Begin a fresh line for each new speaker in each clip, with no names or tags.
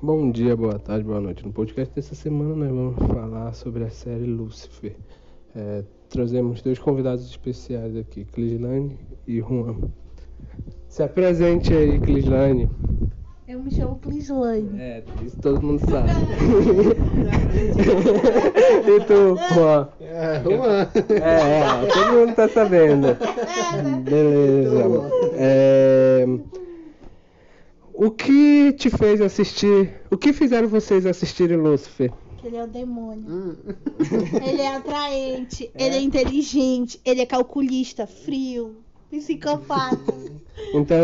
Bom dia, boa tarde, boa noite. No podcast dessa semana nós vamos falar sobre a série Lucifer. É, trazemos dois convidados especiais aqui, Clislane e Juan. Se apresente aí, Clislane.
Eu me chamo Clislane.
É, isso todo mundo sabe. e tu, Juan?
É, Juan.
É, é, todo mundo tá sabendo. Então, Beleza. É, O que te fez assistir? O que fizeram vocês assistirem Lucifer?
Que Ele é o demônio. Ele é atraente. Ele é inteligente. Ele é calculista, frio, psicopata.
Então,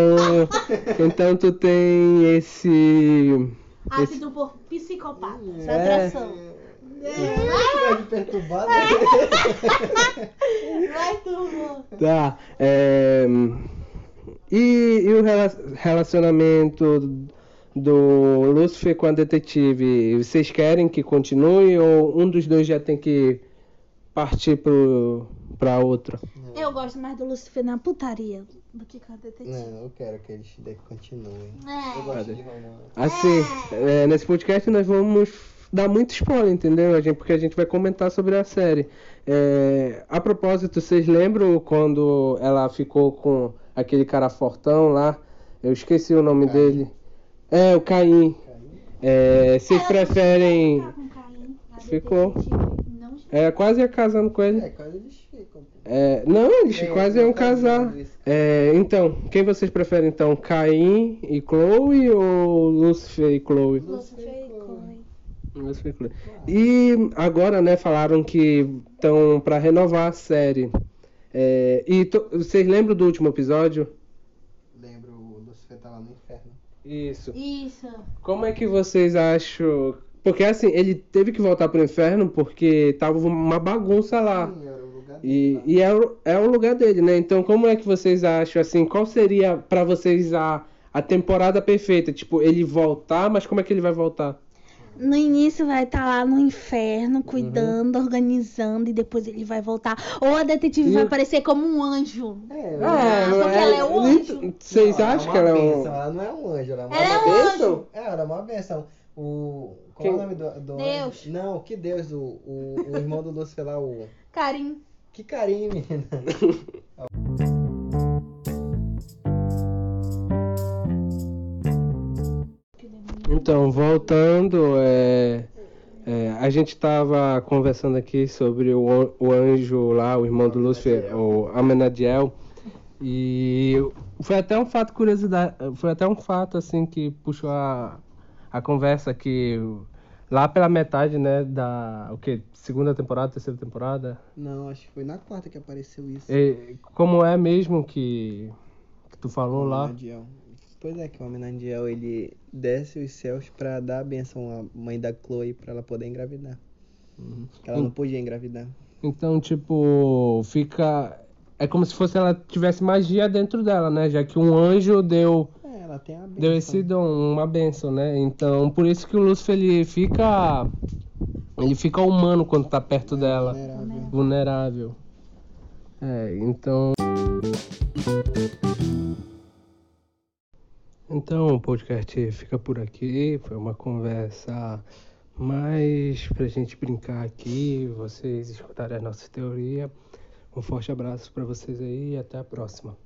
então tu tem esse
Ácido por psicopata. Essa
É.
atração. É.
Pode perturbar,
Vai, turma.
Tá. é, E, e o rela- relacionamento do Lúcifer com a detetive? Vocês querem que continue ou um dos dois já tem que partir pro, pra outra?
Eu gosto mais do Lucifer na putaria do que com a detetive.
Não, eu quero que eles de- continuem.
É.
Hum. Eu gosto de romance.
Assim, é, nesse podcast nós vamos dar muito spoiler, entendeu? A gente, porque a gente vai comentar sobre a série. É, a propósito, vocês lembram quando ela ficou com aquele cara fortão lá? Eu esqueci o nome dele. É, o Caim. É, vocês
Ela
preferem.
não ficou com Caim, a
Ficou.
detetive Não
É, quase ia casando com ele.
É, quase eles ficam. pô.
É, não, eles
É,
quase iam
eu tava
casar.
vendo isso.
É, então, quem vocês preferem então? Caim e Chloe ou Lúcifer e Chloe?
Lucifer e Chloe.
Mas foi cru. E agora, né, falaram que estão para renovar a série. É, e to- vocês lembram do último episódio?
Lembro o Lucifer tá lá no inferno.
Isso.
Isso.
Como é que vocês acham? Porque assim, ele teve que voltar pro inferno porque tava uma bagunça lá.
Sim, era o lugar
E,
dele
e é, o- é o lugar dele, né? Então, como é que vocês acham, assim, qual seria para vocês a, a temporada perfeita? Tipo, ele voltar, mas como é que ele vai voltar?
No início vai estar lá no
Uhum.
inferno, cuidando, organizando, e depois ele vai voltar. Ou a detetive
E
vai
o-
aparecer como um anjo.
lá. É,
Ah,
não
porque ela é um anjo.
Vocês
não,
acham
uma
que ela é um.
bênção, Ela não é um anjo, ela é uma
Ela é um
bênção?
anjo.
É, ela é uma benção. O. Qual
Quem?
é o nome do, do
Deus.
anjo? Não, que Deus, o, o, o irmão do Lúcifer lá, o.
Carim.
Que carinho, menina.
Então, voltando, é, é, a gente estava conversando aqui sobre o, an- o anjo lá, o irmão do Lúcifer, o Amenadiel, e foi até um fato curiosidade, foi até um fato assim que puxou a, a conversa que lá pela metade, né, da o que segunda temporada, terceira temporada,
Não, acho que foi na quarta que apareceu isso.
e como é mesmo que, que tu falou lá?
Amenadiel. Pois é, que o Amenadiel, ele desce os céus pra dar a benção à mãe da Chloe pra ela poder engravidar.
Uhum.
Que
Hum.
ela não podia engravidar.
Então, tipo, fica. É como se fosse ela tivesse magia dentro dela, né? Já que um anjo deu,
É, ela tem a benção.
deu esse dom, uma benção, né? Então, por isso que o Lúcifer ele fica. Ele fica humano quando tá perto dela.
vulnerável.
Vulnerável. É, então. Então, o podcast fica por aqui. Foi uma conversa mais pra gente brincar aqui, vocês escutarem a nossa teoria. Um forte abraço pra vocês aí e até a próxima.